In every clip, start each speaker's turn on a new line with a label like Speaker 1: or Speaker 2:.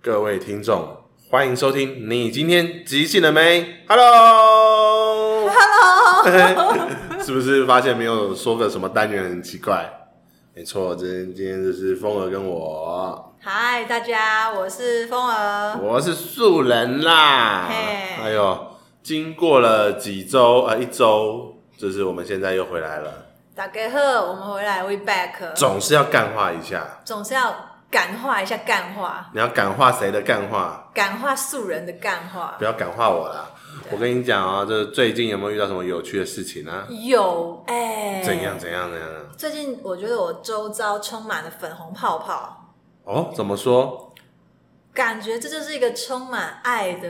Speaker 1: 各位听众，欢迎收听。你今天即兴了没？Hello，是 不是发现没有说个什么单元很奇怪？没错，今今天就是风儿跟我，
Speaker 2: 嗨，大家，我是风儿。
Speaker 1: 我是素人啦。
Speaker 2: 嘿
Speaker 1: 哎呦，经过了几周，呃，一周，就是我们现在又回来了，
Speaker 2: 大家好，我们回来，we back，
Speaker 1: 总是要干化一下。
Speaker 2: 总是要感化一下干话，
Speaker 1: 你要感化谁的干话？
Speaker 2: 感化素人的干话
Speaker 1: 不。要感化我啦！我跟你讲啊，就是最近有没有遇到什么有趣的事情啊？
Speaker 2: 有哎、
Speaker 1: 怎样？怎样怎样？
Speaker 2: 最近我觉得我周遭充满了粉红泡泡，
Speaker 1: 哦，怎么说？
Speaker 2: 感觉这就是一个充满爱的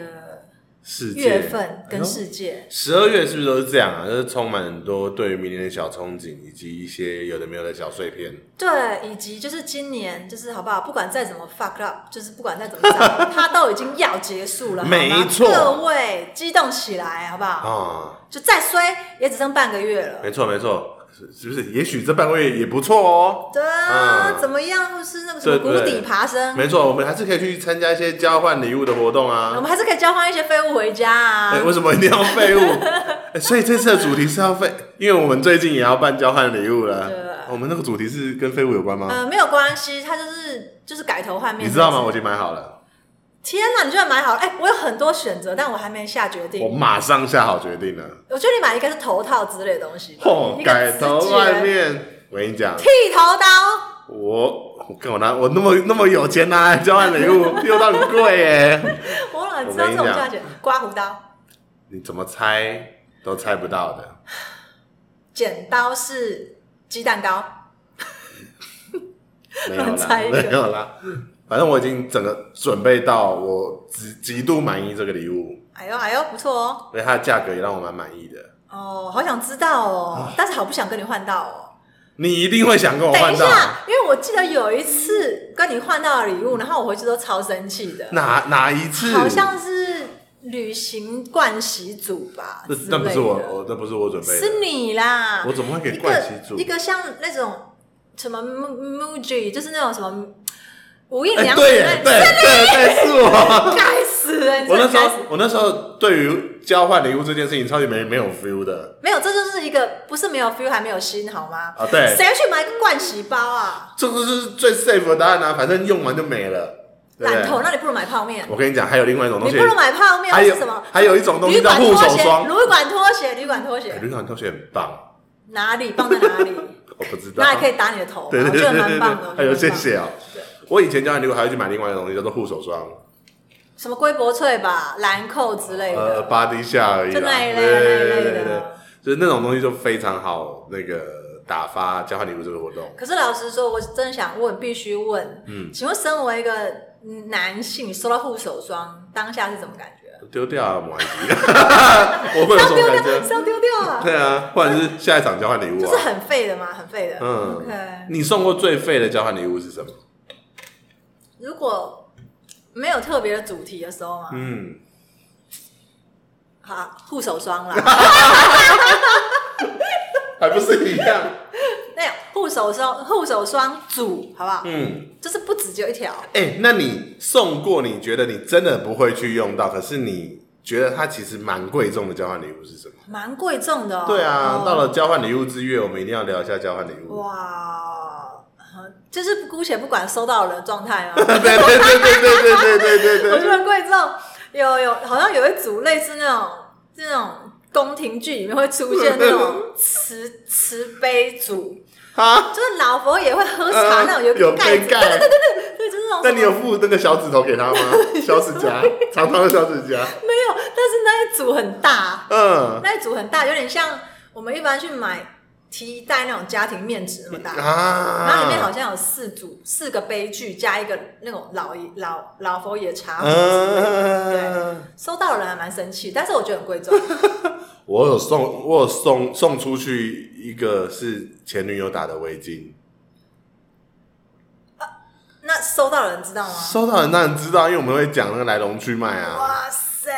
Speaker 1: 世界哎
Speaker 2: 月份跟世界。
Speaker 1: 十二月是不是都是这样啊？就是充满很多对于明年的小憧憬，以及一些有的没有的小碎片。
Speaker 2: 对，以及就是今年，就是好不好？不管再怎么 fuck up，就是不管再怎么糟，它都已经要结束了，好吗
Speaker 1: 没错
Speaker 2: 各位激动起来，好不好？
Speaker 1: 啊，
Speaker 2: 就再衰也只剩半个月了。
Speaker 1: 没错没错，是是不是？也许这半个月也不错哦。
Speaker 2: 对啊，
Speaker 1: 嗯
Speaker 2: 怎么样？或是那个什
Speaker 1: 对
Speaker 2: 么谷
Speaker 1: 对
Speaker 2: 底爬升，
Speaker 1: 没错，我们还是可以去参加一些交换礼物的活动
Speaker 2: 我
Speaker 1: 啊。
Speaker 2: 们还是可以交换一些废物回家啊。
Speaker 1: 哎、为什么一定要废 物、哎所以这次的主题是要废，因为我们最近也要办交换礼物了。哦
Speaker 2: 对
Speaker 1: 我们那个主题是跟废物有关吗？
Speaker 2: 呃，没有关系，他就是就是改头换面。
Speaker 1: 你知道吗？我已经买好了，
Speaker 2: 天哪，你居然买好了！哎、我有很多选择，但我还没下决定。
Speaker 1: 我马上下好决定了。
Speaker 2: 我觉得你买的应该是头套之类的东西吧，
Speaker 1: 哦
Speaker 2: 一，个
Speaker 1: 改头
Speaker 2: 直觉
Speaker 1: 换面。我跟你讲，
Speaker 2: 剃头刀。
Speaker 1: 我我跟我拿我那么那么有钱拿来交换礼 物，又到很贵耶，
Speaker 2: 我哪知道这种价钱？刮胡刀、
Speaker 1: 你怎么猜都猜不到的。
Speaker 2: 剪刀是鸡蛋糕，
Speaker 1: 没有啦
Speaker 2: 乱 猜，一个
Speaker 1: 没有啦，反正我已经整个准备到，我极极度满意这个礼物，
Speaker 2: 哎呦哎呦，不错哦。
Speaker 1: 而且它的价格也让我蛮满意的。
Speaker 2: 哦，好想知道
Speaker 1: 啊
Speaker 2: 哦，但是好不想跟你换到哦。
Speaker 1: 你一定会想跟我
Speaker 2: 等一
Speaker 1: 换到
Speaker 2: 下，因为我记得有一次跟你换到的礼物，然后我回去都超生气的，
Speaker 1: 哪哪一次？
Speaker 2: 好像是旅行盥洗组吧，
Speaker 1: 那
Speaker 2: 之类
Speaker 1: 那
Speaker 2: 的
Speaker 1: 不是我，我那不是我准备
Speaker 2: 是
Speaker 1: 的，
Speaker 2: 你啦。
Speaker 1: 我怎么会给
Speaker 2: 一
Speaker 1: 盥
Speaker 2: 个
Speaker 1: 洗组
Speaker 2: 一？个像那种什么 Mu- Muji，就是那种什么无印
Speaker 1: 哎，
Speaker 2: 良
Speaker 1: 对
Speaker 2: 品
Speaker 1: 耶，
Speaker 2: 那，
Speaker 1: 对对对，是我。
Speaker 2: 该死了，你
Speaker 1: 我那
Speaker 2: 真的
Speaker 1: 时
Speaker 2: 该死
Speaker 1: 候，我那时候对于交换礼物这件事情超级没没有 feel 的
Speaker 2: 没有，这就是一个不是没有 feel 还没有心好吗？
Speaker 1: 啊，对，
Speaker 2: 谁去买个盥洗包啊？
Speaker 1: 这个是最 safe 的答案啊，反正用完就没了，对不
Speaker 2: 懒头，
Speaker 1: 对？
Speaker 2: 那你不如买泡面，
Speaker 1: 我跟你讲，还有另外一种东
Speaker 2: 你
Speaker 1: 西哎
Speaker 2: 不，如买泡面
Speaker 1: 还
Speaker 2: 或
Speaker 1: 有
Speaker 2: 是什么？
Speaker 1: 还有一种东
Speaker 2: 旅
Speaker 1: 西叫
Speaker 2: 馆
Speaker 1: 护
Speaker 2: 拖
Speaker 1: 手
Speaker 2: 鞋，
Speaker 1: 霜，
Speaker 2: 旅馆拖鞋，旅馆拖
Speaker 1: 哎
Speaker 2: 鞋，
Speaker 1: 旅馆同学很棒，
Speaker 2: 哪里放在哪 里？
Speaker 1: 我不知道，
Speaker 2: 那还可以打你的头，
Speaker 1: 对对
Speaker 2: 我
Speaker 1: 对
Speaker 2: 觉
Speaker 1: 对
Speaker 2: 得
Speaker 1: 对
Speaker 2: 蛮棒
Speaker 1: 对，
Speaker 2: 的。
Speaker 1: 还有
Speaker 2: 我觉
Speaker 1: 谢
Speaker 2: 得蛮棒
Speaker 1: 谢哦。我以前交换礼物还会去买另外一种东西叫做护手霜，
Speaker 2: 什么龟柏翠吧、兰蔻之类
Speaker 1: 呃，
Speaker 2: 的，
Speaker 1: 巴迪下而已
Speaker 2: 就
Speaker 1: 啦，
Speaker 2: 那一
Speaker 1: 对
Speaker 2: 类那一
Speaker 1: 对对对
Speaker 2: 类
Speaker 1: 对对
Speaker 2: 的，。
Speaker 1: 就是那种东西就非常好那个打发交换礼物这个活动。
Speaker 2: 可是老实说，我真的想问，必须问，
Speaker 1: 嗯
Speaker 2: 请问身为一个男性，你收到护手霜当下是怎么感觉？
Speaker 1: 丢掉啊，没关系， 我会有
Speaker 2: 是
Speaker 1: 什
Speaker 2: 要
Speaker 1: 么
Speaker 2: 丢
Speaker 1: 感
Speaker 2: 掉，
Speaker 1: 觉？
Speaker 2: 是要丢掉啊，
Speaker 1: 对啊，或者是下一场交换礼物
Speaker 2: 就是
Speaker 1: 啊。
Speaker 2: 很废的嘛，很废的。
Speaker 1: 嗯
Speaker 2: OK，
Speaker 1: 你送过最废的交换礼物是什么？
Speaker 2: 如果没有特别的主题的时候嘛，
Speaker 1: 嗯，
Speaker 2: 好，护手霜啦。
Speaker 1: 还不是一样？
Speaker 2: 那护手霜护手霜组好不好？
Speaker 1: 嗯，
Speaker 2: 就是不止只有一条，
Speaker 1: 哎、那你送过你觉得你真的不会去用到，可是你觉得它其实蛮贵重的交换礼物是什么？
Speaker 2: 蛮贵重的、哦。
Speaker 1: 对啊，
Speaker 2: 哦
Speaker 1: 到了交换礼物之月，我们一定要聊一下交换礼物。
Speaker 2: 哇，就是姑且不管收到了的 状态啊，
Speaker 1: 对对对对对对对对
Speaker 2: 我
Speaker 1: 对
Speaker 2: 觉
Speaker 1: 对。
Speaker 2: 得贵重。有有，好像有一组类似那种那种宫廷剧里面会出现 那种瓷瓷杯组，
Speaker 1: 啊，
Speaker 2: 就是老佛爷会喝茶
Speaker 1: 嗯
Speaker 2: 那种，有一
Speaker 1: 有
Speaker 2: 个盖
Speaker 1: 杯
Speaker 2: 子，
Speaker 1: 盖
Speaker 2: 对对对对对，就是那种
Speaker 1: 那
Speaker 2: 什么。
Speaker 1: 你有付那个小指头给他吗？小指甲，长长的小指甲。
Speaker 2: 没有？但是那一组很大，
Speaker 1: 嗯
Speaker 2: 那一组很大，有点像我们一般去买提袋那种家庭面纸那么大。
Speaker 1: 啊，
Speaker 2: 然后里面好像有四组，四个杯具加一个那种老爷老老佛爷
Speaker 1: 啊
Speaker 2: 茶壶，
Speaker 1: 嗯，
Speaker 2: 收到的人还蛮生气，但是我觉得很贵重。
Speaker 1: 我有送，我有送送出去一个是前女友打的围巾，
Speaker 2: 那收到的人知道吗？
Speaker 1: 收到人当然知道，因为我们会讲那个来龙去脉啊。
Speaker 2: 哇塞！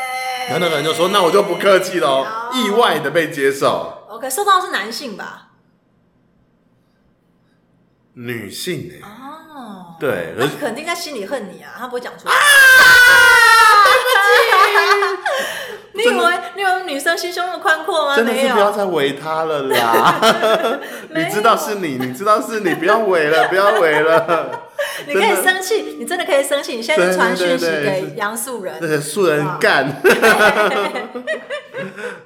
Speaker 1: 然后那个人就说：“那我就不客气喽。
Speaker 2: 哦
Speaker 1: 意外的被接受。
Speaker 2: OK，收到的是男性吧？
Speaker 1: 女性哎、
Speaker 2: 哦，
Speaker 1: 对，而
Speaker 2: 他
Speaker 1: 且
Speaker 2: 肯定在心里恨你啊，他不会讲出来。 对不起，你以为你以为女生心胸那么宽阔吗？
Speaker 1: 真的
Speaker 2: 没
Speaker 1: 是不要
Speaker 2: 有，
Speaker 1: 再围他了啦！
Speaker 2: 没
Speaker 1: 你
Speaker 2: 有
Speaker 1: 知道是你，你知道是你，不要围了，不要围了。
Speaker 2: 你可以
Speaker 1: 真的
Speaker 2: 生气，你真的可以生气。你现在就传讯息
Speaker 1: 对对对对
Speaker 2: 给杨素
Speaker 1: 那
Speaker 2: 人，
Speaker 1: 些素人干。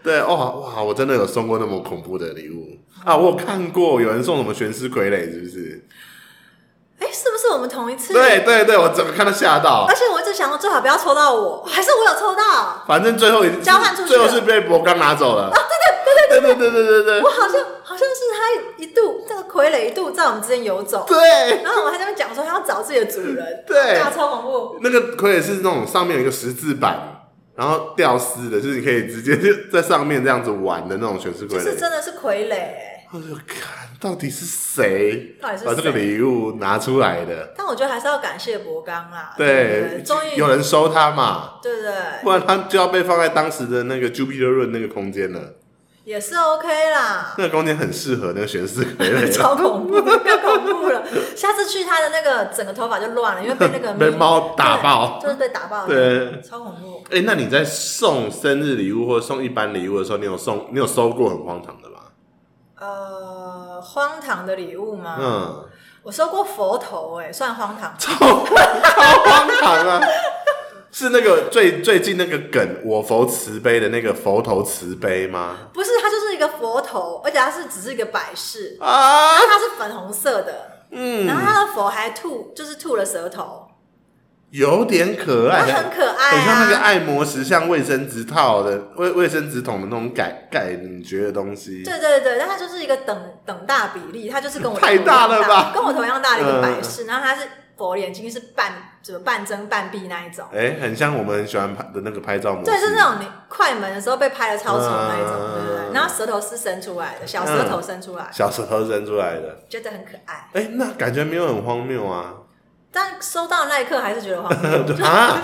Speaker 1: 对哦，哇！我真的有送过那么恐怖的礼物啊！我有看过有人送什么悬丝傀儡，是不是？
Speaker 2: 哎，是不是我们同一次？
Speaker 1: 对对对，我怎么看都吓到
Speaker 2: 而。且我一直想说，最好不要抽到我，还是我有抽到？啊
Speaker 1: 反正最后一
Speaker 2: 交换出去
Speaker 1: 最
Speaker 2: 了
Speaker 1: 后是被博刚拿走了。啊！对对对对对对对对
Speaker 2: 我好像好像是他一度这个傀儡一度在我们之间游走，
Speaker 1: 对，
Speaker 2: 然后我们还在那边讲说他要找自己的主人，
Speaker 1: 对
Speaker 2: 大超恐怖。
Speaker 1: 那个傀儡是那种上面有一个十字板，然后吊丝的，就是你可以直接就在上面这样子玩的那种悬丝傀
Speaker 2: 就是
Speaker 1: 儡。
Speaker 2: 真的是傀儡、欸，
Speaker 1: 我就看到底是谁
Speaker 2: 到底是
Speaker 1: 把这个
Speaker 2: 谁
Speaker 1: 礼物拿出来的？
Speaker 2: 但我觉得还是要感谢博刚啦，不
Speaker 1: 对，
Speaker 2: 终于
Speaker 1: 有人收它嘛，
Speaker 2: 对不对，
Speaker 1: 不然它就要被放在当时的那个 Jupiter Run 那个空间了。
Speaker 2: 也是 OK 啦，
Speaker 1: 那个空间很适合那个悬丝傀儡了，
Speaker 2: 超恐怖，更恐怖了。下次去他的那个整个头发就乱了，因为被那个
Speaker 1: 被猫打爆
Speaker 2: 对就是被打爆，，
Speaker 1: 对。
Speaker 2: 超恐怖。
Speaker 1: 哎、那你在送生日礼物或者送一般礼物的时候，你有送你有收过很荒唐的吗？
Speaker 2: 呃，荒唐的礼物吗？
Speaker 1: 嗯，
Speaker 2: 我收过佛头、欸，哎，算荒唐吗。
Speaker 1: 超超荒唐啊！是那个最最近那个梗“我佛慈悲”的那个佛头慈悲吗？
Speaker 2: 不是，它就是一个佛头，而且它是只是一个摆饰，
Speaker 1: 啊，
Speaker 2: 然后它是粉红色的，然后
Speaker 1: 嗯，
Speaker 2: 它的佛还吐，就是吐了舌头，
Speaker 1: 有点可
Speaker 2: 它
Speaker 1: 爱，
Speaker 2: 很可爱
Speaker 1: 很像那个
Speaker 2: 啊。
Speaker 1: 按摩石像卫生纸套的卫卫生纸筒的那种感感觉的东西。
Speaker 2: 对对对，但它就是一个等等大比例，它就是跟我
Speaker 1: 太大了吧嗯
Speaker 2: 跟我同样大的一个摆饰，然后它是佛眼睛是半怎么半睁半闭那一种，
Speaker 1: 哎、很像我们很喜欢拍的那个拍照模式。
Speaker 2: 对，就是那种你快门的时候被拍的超丑那一种，
Speaker 1: 嗯
Speaker 2: 对对对，然后舌头是伸出来的，小舌头伸出来，
Speaker 1: 小舌头伸出来的。
Speaker 2: 觉得很可爱，
Speaker 1: 哎、那感觉没有很荒谬啊。
Speaker 2: 但收到那一刻还是觉得荒谬，
Speaker 1: 对啊。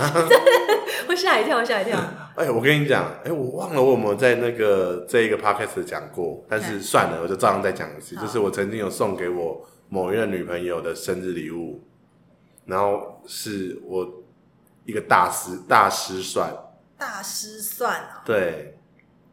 Speaker 2: 会吓一跳，吓一跳。
Speaker 1: 哎、我跟你讲，哎、我忘了我有没有在那个这一个 podcast 讲过，但是算了，我就照样再讲一次。
Speaker 2: 好
Speaker 1: 就是我曾经有送给我某一任女朋友的生日礼物，然后是我一个大师大师算，
Speaker 2: 大师算啊、
Speaker 1: 对，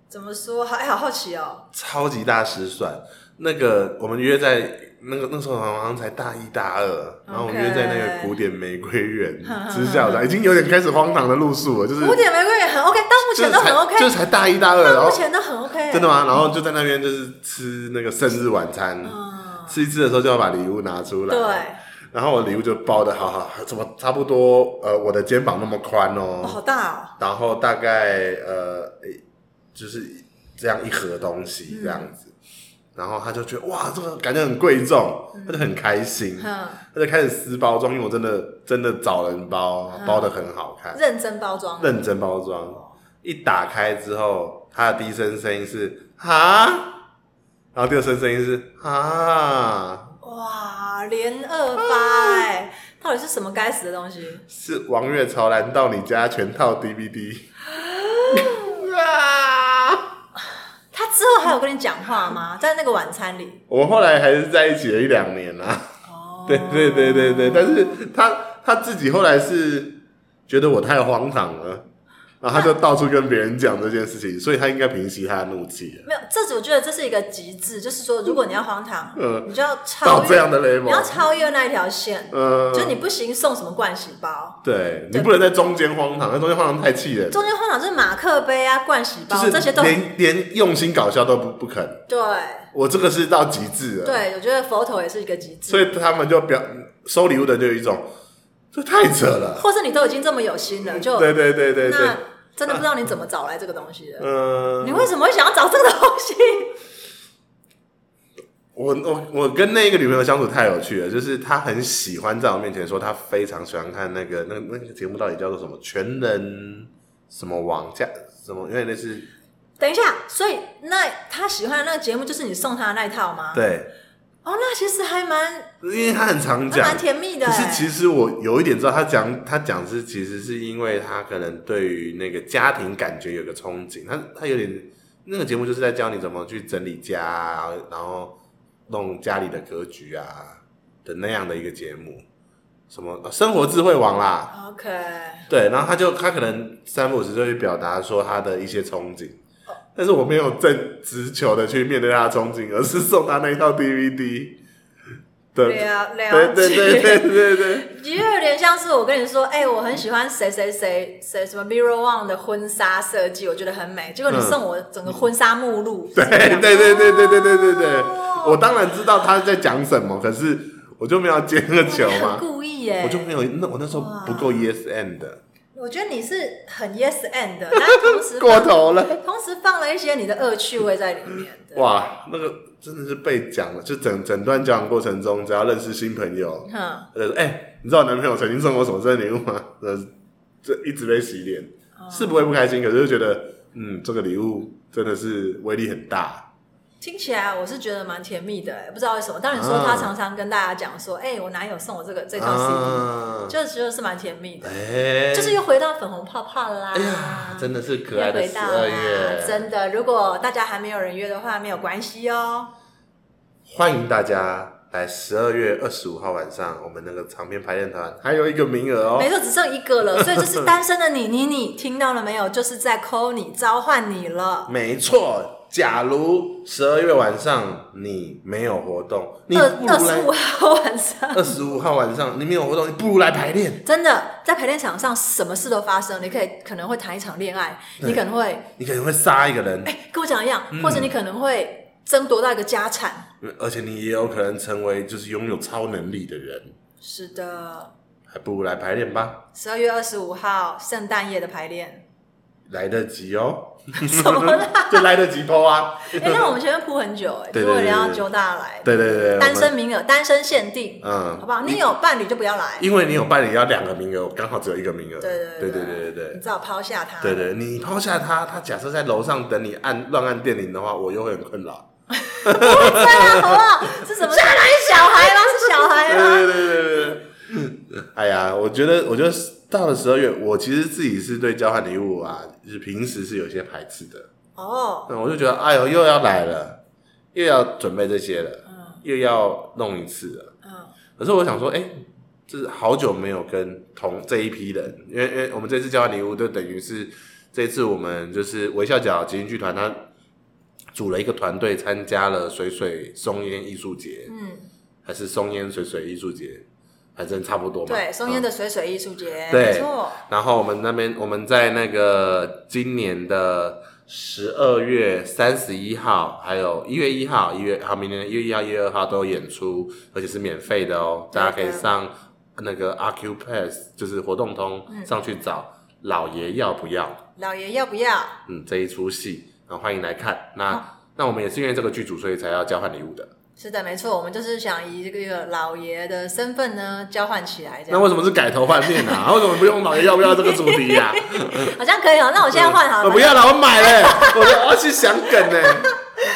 Speaker 2: 怎么说？好，哎、好好奇哦。
Speaker 1: 超级大师算。那个我们约在那个那时候好像才大一大二，然后我们
Speaker 2: OK
Speaker 1: 约在那个古典玫瑰 园之下，已经有点开始荒唐的路数了，就是
Speaker 2: 古典玫瑰也很 OK，到目
Speaker 1: 就是
Speaker 2: 前都很
Speaker 1: 才
Speaker 2: OK，
Speaker 1: 就是才大一大二，然
Speaker 2: 到
Speaker 1: 后
Speaker 2: 目前都很 OK。
Speaker 1: 真的？吗？然后就在那边就是吃那个生日晚餐，
Speaker 2: 嗯，
Speaker 1: 吃一吃的时候就要把礼物拿出来。
Speaker 2: 对，，
Speaker 1: 然后我礼物就包的好好，怎么差不多呃我的肩膀那么宽
Speaker 2: 哦，
Speaker 1: 哦，
Speaker 2: 好大
Speaker 1: 然后大概呃诶就是这样一盒东西这样子，然后他就觉得哇这个感觉很贵重，他就很开心
Speaker 2: 哦，，嗯，
Speaker 1: 他就开始撕包装，因为我真的真的找人包，包的很好看，
Speaker 2: 认真包装。
Speaker 1: 认真包装。一打开之后，他的第一声声音是“哈”，然后第二声声音是“哈
Speaker 2: 哇，连二八哎、到底是什么该死的东西”，？
Speaker 1: 是王月潮蓝到你家全套 DVD。啊！
Speaker 2: 他之后还有跟你讲 话吗？在那个晚餐里？
Speaker 1: 我们后来还是在一起了一两年啦、啊。
Speaker 2: 哦，
Speaker 1: 对对对对对，但是他他自己后来是觉得我太荒唐了，然后他就到处跟别人讲这件事情，所以他应该平息他的怒气了。
Speaker 2: 没有，这我觉得这是一个极致，就是说，如果你要荒唐，
Speaker 1: 嗯
Speaker 2: 你就要超
Speaker 1: 到这
Speaker 2: 越，
Speaker 1: 样的 level，
Speaker 2: 你要超越那一条线，
Speaker 1: 呃，
Speaker 2: 就是你不行送什么盥洗包，
Speaker 1: 对你
Speaker 2: 对
Speaker 1: 不能在中间荒唐，在中间荒唐太气人，
Speaker 2: 中间荒唐就是马克杯啊、盥洗
Speaker 1: 就
Speaker 2: 包
Speaker 1: 是
Speaker 2: 这些都很
Speaker 1: 连连用心搞笑都不不肯。
Speaker 2: 对
Speaker 1: 我这个是到极致了，
Speaker 2: 对，我觉得佛头也是一个极致。
Speaker 1: 所以他们就表收礼物的就有一种，这太扯了。
Speaker 2: 或是你都已经这么有心了，就
Speaker 1: 对对对对对
Speaker 2: 那，真的不知道你怎么找来这个东西的。
Speaker 1: 嗯、
Speaker 2: 你为什么会想要找这个东西？
Speaker 1: 我我我跟那个女朋友相处太有趣了，就是她很喜欢在我面前说她非常喜欢看那个那那个节目到底叫做什么全能什么网架什么，有点类似
Speaker 2: 等一下，所以那他喜欢的那个节目就是你送他的那一套吗？
Speaker 1: 对，
Speaker 2: 哦，那其实还蛮
Speaker 1: 因为她很常
Speaker 2: 还
Speaker 1: 讲
Speaker 2: 蛮，甜蜜的
Speaker 1: 可
Speaker 2: 欸。
Speaker 1: 是其实我有一点知道，他讲他讲是其实是因为他可能对于那个家庭感觉有个憧憬，他他有点那个节目就是在教你怎么去整理家啊，然后弄家里的格局啊，的那样的一个节目，什么呃生活智慧网啦，
Speaker 2: OK，
Speaker 1: 对，然后他就他可能三不五时就去表达说他的一些憧憬，但是我没有正直球的去面对他的憧憬，而是送他那一套 DVD 的，对
Speaker 2: 了了
Speaker 1: 对
Speaker 2: 解，
Speaker 1: 对对对对，
Speaker 2: 也有点像是我跟你说，哎、我很喜欢谁谁谁谁什么 Mirror One 的婚纱设计，我觉得很美。结果你
Speaker 1: 嗯
Speaker 2: 送我整个婚纱目录，
Speaker 1: 对
Speaker 2: 是这
Speaker 1: 嗯
Speaker 2: 样
Speaker 1: 对对对对对对对对
Speaker 2: 哦，
Speaker 1: 我当然知道他在讲什么，可是我就没有接那个球 嘛，
Speaker 2: 故意耶、
Speaker 1: 我就没有那我那时候不够 yes and 的
Speaker 2: 我觉得你是很 yes and 的，但同时
Speaker 1: 过头了，
Speaker 2: 同时放了一些你的恶趣味在里面的。
Speaker 1: 哇，那个真的是被讲了，就整整段交往过程中，只要认识新朋友，
Speaker 2: 哼，
Speaker 1: 他就说：“哎、你知道我男朋友曾经送我什么生日礼物吗？”呃，这一直被洗脸，是不会不开心，可是就觉得，嗯，这个礼物真的是威力很大。
Speaker 2: 听起来我是觉得蛮甜蜜的、哎不知道为什么。当你说他
Speaker 1: 啊
Speaker 2: 常常跟大家讲说，哎、我男友送我这个这套 CD，、
Speaker 1: 啊，
Speaker 2: 就就是蛮甜蜜的。
Speaker 1: 哎、
Speaker 2: 就是又回到粉红泡泡啦！
Speaker 1: 哎呀，真的是可爱
Speaker 2: 又
Speaker 1: 的哎
Speaker 2: 回啊
Speaker 1: 十
Speaker 2: 到
Speaker 1: 二
Speaker 2: 啦，
Speaker 1: 月，
Speaker 2: 真的。如果大家还没有人约的话，没有关系哦。
Speaker 1: 欢迎大家来十二月二十五号晚上，我们那个长篇排练团还有一个名额哦
Speaker 2: 没。错，只剩一 个了，所以就是单身的你，你你听到了没有？就是在 call 你，召唤你了。
Speaker 1: 没错，假如十二月晚上你没有活动，你
Speaker 2: 二
Speaker 1: 不
Speaker 2: 二
Speaker 1: 如
Speaker 2: 十
Speaker 1: 来
Speaker 2: 五号晚上，
Speaker 1: 二十五号晚上你没有活动，你不如来排练。
Speaker 2: 真的在排练场上什么事都发生，你可以可能会谈一场恋爱，你可能会
Speaker 1: 你可能会杀一个人，
Speaker 2: 哎跟我讲一样，
Speaker 1: 嗯
Speaker 2: 或者你可能会争夺到一个家产。
Speaker 1: 而且你也有可能成为就是拥有超能力的人，
Speaker 2: 是的，
Speaker 1: 还不如来排练吧，
Speaker 2: 十二月二十五号圣诞夜的排练，
Speaker 1: 来得及哦，
Speaker 2: 什么啦？
Speaker 1: 就来得及剖啊！
Speaker 2: 哎、那我们前面铺很久哎、
Speaker 1: 对对
Speaker 2: 如果你
Speaker 1: 对
Speaker 2: 要
Speaker 1: 对
Speaker 2: 揪大家 来，
Speaker 1: 对对对，
Speaker 2: 单
Speaker 1: 我
Speaker 2: 身
Speaker 1: 们
Speaker 2: 名额，单身限定，好
Speaker 1: 嗯，
Speaker 2: 不好？你有伴侣就不要来，
Speaker 1: 因为你有伴侣要两个名额，我刚好只有一个名额，
Speaker 2: 对
Speaker 1: 对对
Speaker 2: 对
Speaker 1: 对
Speaker 2: 对你
Speaker 1: 对
Speaker 2: 只好抛下他。
Speaker 1: 对对，你抛下他，他假设在楼上等你按乱按电铃的话，我又会很困扰。
Speaker 2: 对啊，好不好？是什么？下来小孩吗？是小孩
Speaker 1: 对
Speaker 2: 吗？
Speaker 1: 对对对对对，哎呀，我觉得我觉得到了十二月，我其实自己是对交换礼物啊，就是平时是有些排斥的。
Speaker 2: 哦，
Speaker 1: 嗯，我就觉得，哎呦，又要来了，又要准备这些了，又要弄一次了。
Speaker 2: 嗯，
Speaker 1: 可是我想说，哎、这是好久没有跟同这一批人，因为因为我们这次交换礼物，就等于是这次我们就是微笑角集训剧团，他组了一个团队参加了水水松烟艺术节，
Speaker 2: 嗯，
Speaker 1: 还是松烟水水艺术节，反正差不多嘛。
Speaker 2: 对，松
Speaker 1: 嗯
Speaker 2: 烟的水水艺术节，
Speaker 1: 对
Speaker 2: 没错，
Speaker 1: 然后我们那边我们在那个今年的十二月三十一号，还有一月一号、一月还有明年的一月一号、一月二号都有演出，而且是免费的哦，
Speaker 2: 对
Speaker 1: 大家可以
Speaker 2: 的
Speaker 1: 上那个 RQ Pass，就是活动通上去找老爷要不要？
Speaker 2: 老爷要不要？
Speaker 1: 嗯，这一出戏，然后欢迎来看。那、那我们也是因为这个剧组，所以才要交换礼物的。
Speaker 2: 是的，没错，我们就是想以这个老爷的身份呢交换起来，这
Speaker 1: 那
Speaker 2: 样
Speaker 1: 为什么是改头换面啊？为什么不用老爷要不要这个主题呀、
Speaker 2: 好像可以哦。那我现在换好
Speaker 1: 我
Speaker 2: 了，
Speaker 1: 嗯不要了，我买了，我我要去想梗呢、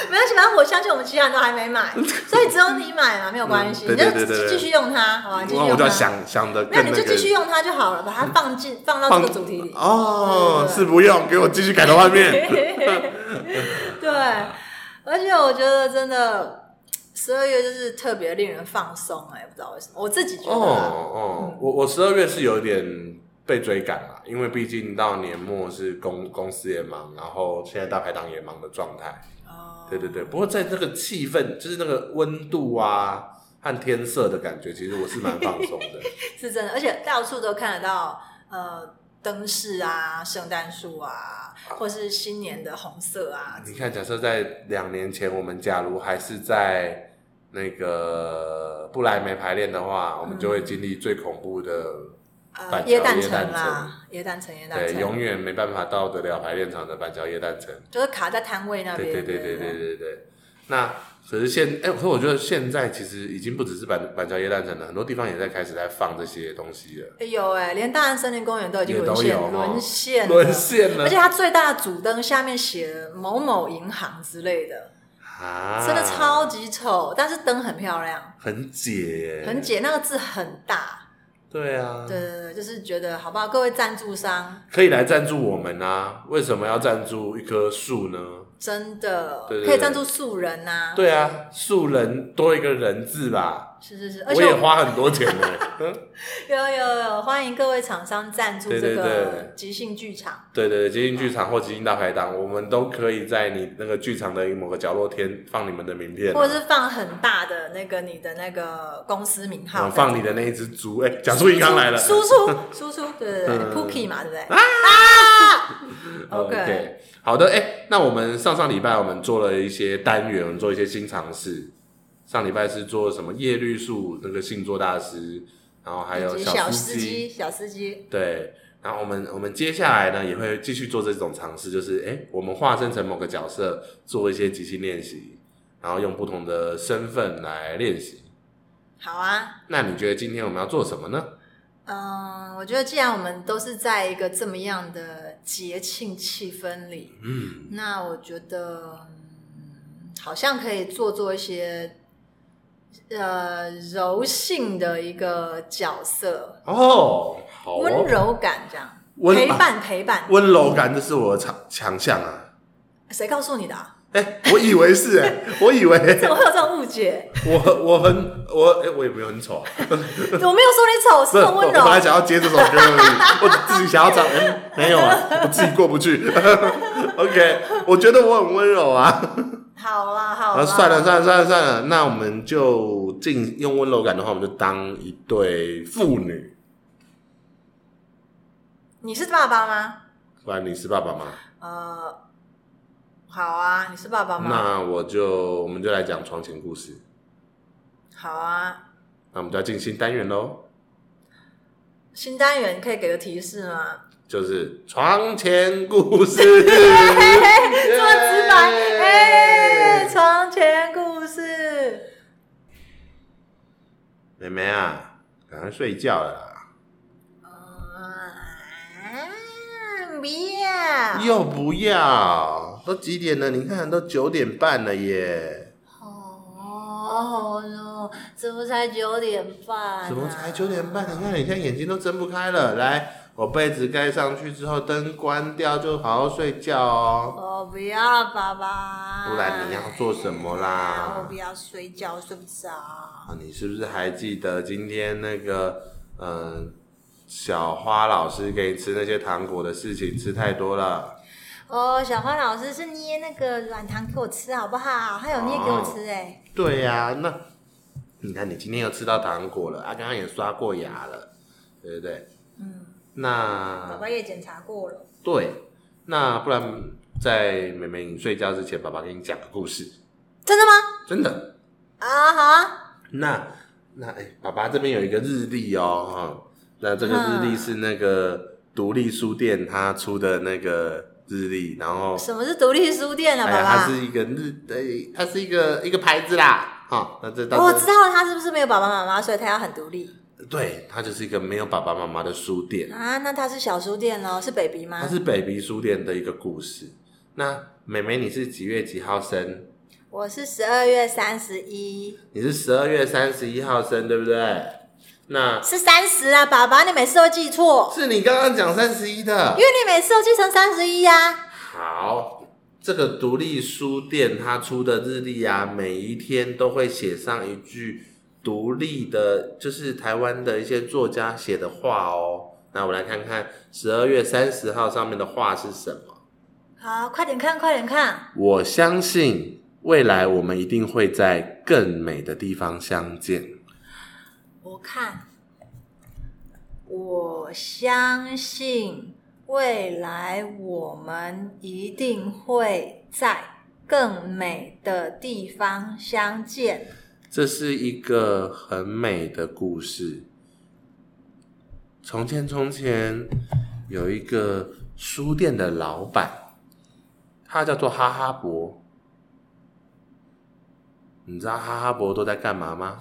Speaker 2: 没关系，反正我相信我们其他人都还 没买，所以只有你买嘛，没有关系，
Speaker 1: 嗯对
Speaker 2: 你
Speaker 1: 对对
Speaker 2: 就
Speaker 1: 对
Speaker 2: 继
Speaker 1: 对
Speaker 2: 继续用它，好吧？继续
Speaker 1: 然哦后我
Speaker 2: 用
Speaker 1: 就要
Speaker 2: 它。
Speaker 1: 想想的
Speaker 2: 那
Speaker 1: 更
Speaker 2: 你
Speaker 1: 那
Speaker 2: 就继续
Speaker 1: 个
Speaker 2: 用它就好了，把它 放进放到这个主题里。
Speaker 1: 哦，
Speaker 2: 对对对
Speaker 1: 是不用给我继续改头换 面。
Speaker 2: 对，而且我觉得真的十二月就是特别令人放松，哎，不知道为什么，我自己觉
Speaker 1: 哦
Speaker 2: 得啊啦。
Speaker 1: 哦，我我十二月是有点被追赶了，因为毕竟到年末是公公司也忙，然后现在大排档也忙的状态。
Speaker 2: 哦
Speaker 1: 对对对，不过在这个气氛，就是那个温度啊和天色的感觉，其实我是蛮放松 的。
Speaker 2: 是真的，而且到处都看得到，呃，灯饰啊、圣诞树啊，或是新年的红色啊，
Speaker 1: 你看，假设在两年前，我们假如还是在那个不莱梅排练的话，我们就会经历最恐怖的
Speaker 2: 呃
Speaker 1: 板，桥
Speaker 2: 椰蛋
Speaker 1: 嗯椰蛋
Speaker 2: 城啦，椰蛋城，椰蛋
Speaker 1: 对，永
Speaker 2: 城，
Speaker 1: 远没办法到得了排练场的板桥夜诞城。
Speaker 2: 就是卡在摊位那边。
Speaker 1: 对对对对对对对。那可是现哎、可是我觉得现在其实已经不只是板板桥夜诞城了，很多地方也在开始在放这些东西了，
Speaker 2: 哎有哎、连大安森林公园都已经
Speaker 1: 也
Speaker 2: 沦
Speaker 1: 都有
Speaker 2: 陷，
Speaker 1: 哦
Speaker 2: 沦陷，
Speaker 1: 沦。陷了
Speaker 2: 而且它最大的主灯下面写了某某银行之类的，
Speaker 1: 啊！
Speaker 2: 真的超级丑，但是灯很漂亮，
Speaker 1: 很解耶，
Speaker 2: 很解，那个字很大。
Speaker 1: 对啊，
Speaker 2: 对对对，就是觉得好不好？各位赞助商，
Speaker 1: 可以来赞助我们啊！为什么要赞助一棵树呢？
Speaker 2: 真的
Speaker 1: 对对对
Speaker 2: 可以赞助素人呐、啊
Speaker 1: 对啊，树人多一个人字吧，
Speaker 2: 是是是，而
Speaker 1: 我
Speaker 2: 且
Speaker 1: 也
Speaker 2: 我
Speaker 1: 花很多钱呢、
Speaker 2: 有有有，欢迎各位厂商赞助
Speaker 1: 对
Speaker 2: 这
Speaker 1: 对
Speaker 2: 个
Speaker 1: 对
Speaker 2: 即兴剧场，
Speaker 1: 对对对，接近剧场或接近大排档，我们都可以在你那个剧场的某个角落填放你们的名片啊、
Speaker 2: 或者是放很大的那个你的那个公司名号
Speaker 1: 嗯
Speaker 2: 在，
Speaker 1: 放你的那一只猪，哎、讲出银行来了。
Speaker 2: 输出输出，对对对
Speaker 1: 嗯
Speaker 2: ，Pookie 嘛，对不对？OK
Speaker 1: OK，好的，哎、那我们上上礼拜我们做了一些单元，我们做一些新尝试。上礼拜是做什么叶绿素那个星座大师，然后还有
Speaker 2: 以及
Speaker 1: 小
Speaker 2: 小
Speaker 1: 司
Speaker 2: 司
Speaker 1: 机，
Speaker 2: 机，小司机，
Speaker 1: 对。然后我们我们接下来呢也会继续做这种尝试，就是哎、诶我们化身成某个角色，做一些即兴练习，然后用不同的身份来练习。
Speaker 2: 好啊，
Speaker 1: 那你觉得今天我们要做什么呢？
Speaker 2: 嗯，我觉得既然我们都是在一个这么样的节庆气氛里，
Speaker 1: 嗯，
Speaker 2: 那我觉得、嗯好像可以做做一些呃柔性的一个角色，
Speaker 1: 哦，好哦
Speaker 2: 温柔感这样，
Speaker 1: 温
Speaker 2: 陪伴陪伴。
Speaker 1: 温柔感，这是我的强强项啊。
Speaker 2: 谁告诉你的、啊？
Speaker 1: 哎、我以为是哎、 我以为
Speaker 2: 怎么会有这种误解？
Speaker 1: 我我很我哎、我也没有很丑啊，
Speaker 2: 我没有说你
Speaker 1: 不
Speaker 2: 丑，是
Speaker 1: 是
Speaker 2: 很
Speaker 1: 我
Speaker 2: 温
Speaker 1: 我
Speaker 2: 柔
Speaker 1: 本。来想要接这首歌而已，我自己想要唱，哎没有啊，我自己过不去。OK，我觉得我很温柔啊。
Speaker 2: 好啦好啦，
Speaker 1: 啊，算了算了算了算了，那我们就进用温柔感的话，我们就当一对父女。
Speaker 2: 你是爸爸吗？
Speaker 1: 不然你是爸爸吗？
Speaker 2: 呃，好啊，你是爸爸吗？
Speaker 1: 那我就我们就来讲床前故事，
Speaker 2: 好啊，
Speaker 1: 那我们就要进新单元喽，
Speaker 2: 新单元可以给个提示吗？
Speaker 1: 就是床前故 事。
Speaker 2: 这么直白，哎、床前故事，
Speaker 1: 妹妹啊，赶快睡觉了啦！
Speaker 2: 呃嗯，不要，
Speaker 1: 又不要，都几点了？你看，都九点半了耶！
Speaker 2: 哦哟，这不才九点半、啊
Speaker 1: 怎么才九点？半？你看你现在眼睛都睁不开了。来，我被子盖上去之后，灯关掉，就好好睡觉哦。
Speaker 2: 我不要，爸爸。
Speaker 1: 不然你要做什么
Speaker 2: 啊
Speaker 1: 啦？
Speaker 2: 我不要睡觉，我睡不着。
Speaker 1: 啊，你是不是还记得今天那个嗯、呃小花老师给你吃那些糖果的事情？吃太多了。
Speaker 2: 哦，小花老师是捏那个软糖给我吃好不好？还有捏给我
Speaker 1: 哦
Speaker 2: 吃哎、
Speaker 1: 对呀、那你看你今天又吃到糖果了啊，刚刚也刷过牙了，对不对？
Speaker 2: 嗯，爸
Speaker 1: 那
Speaker 2: 爸也检查过了。
Speaker 1: 对，那不然在妹妹你睡觉之前，爸爸给你讲个故事，
Speaker 2: 真的吗？
Speaker 1: 真的。
Speaker 2: 啊，好啊，
Speaker 1: 那那哎、爸爸这边有一个日历哦，哈、那这个日历是那个独立书店他出的那个日历，然后
Speaker 2: 什么是独立书店啊，
Speaker 1: 哎呀，
Speaker 2: 爸爸？
Speaker 1: 它是一个日，哎，它是一个一个牌子啦，哈、那这到
Speaker 2: 哦我
Speaker 1: 这
Speaker 2: 知道了，他是啊不是没有爸爸妈妈，所以他要很独立
Speaker 1: 对，它就是一个没有爸爸妈妈的书店。
Speaker 2: 啊？那他是小书店咯，是 baby 吗
Speaker 1: 它？嗯是北鼻书店的一个故事。那妹妹，你是几月几号生？
Speaker 2: 我是十二月三十一，
Speaker 1: 你是十二月三十一号生，对不对？那
Speaker 2: 是三十啊，爸爸，你每次都记错，
Speaker 1: 是你刚刚讲三十一的
Speaker 2: 因。为你每次都记成三十一啊。
Speaker 1: 好，这个独立书店它出的日历啊，每一天都会写上一句独立的，就是台湾的一些作家写的话哦。那我来看看十二月三十号上面的话是什么。
Speaker 2: 好，快点看，快点看，
Speaker 1: 我相信未来我们一定会在更美的地方相见。
Speaker 2: 我看，我相信未来我们一定会在更美的地方相见。
Speaker 1: 这是一个很美的故事。从前，从前有一个书店的老板，他叫做哈哈伯。你知道哈哈伯都在干嘛吗？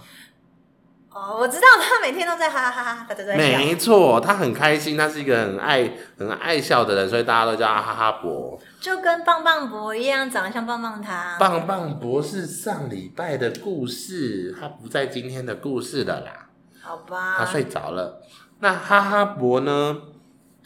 Speaker 2: 哦，我知道他每天都在哈哈哈哈大家都在笑。
Speaker 1: 没错，他很开心，他是一个很爱很爱笑的人，所以大家都叫他哈哈伯。
Speaker 2: 就跟棒棒伯一样，长得像棒棒糖。
Speaker 1: 棒棒博士上礼拜的故事，他不在今天的故事了啦，
Speaker 2: 好吧。
Speaker 1: 他睡着了。那哈哈博呢？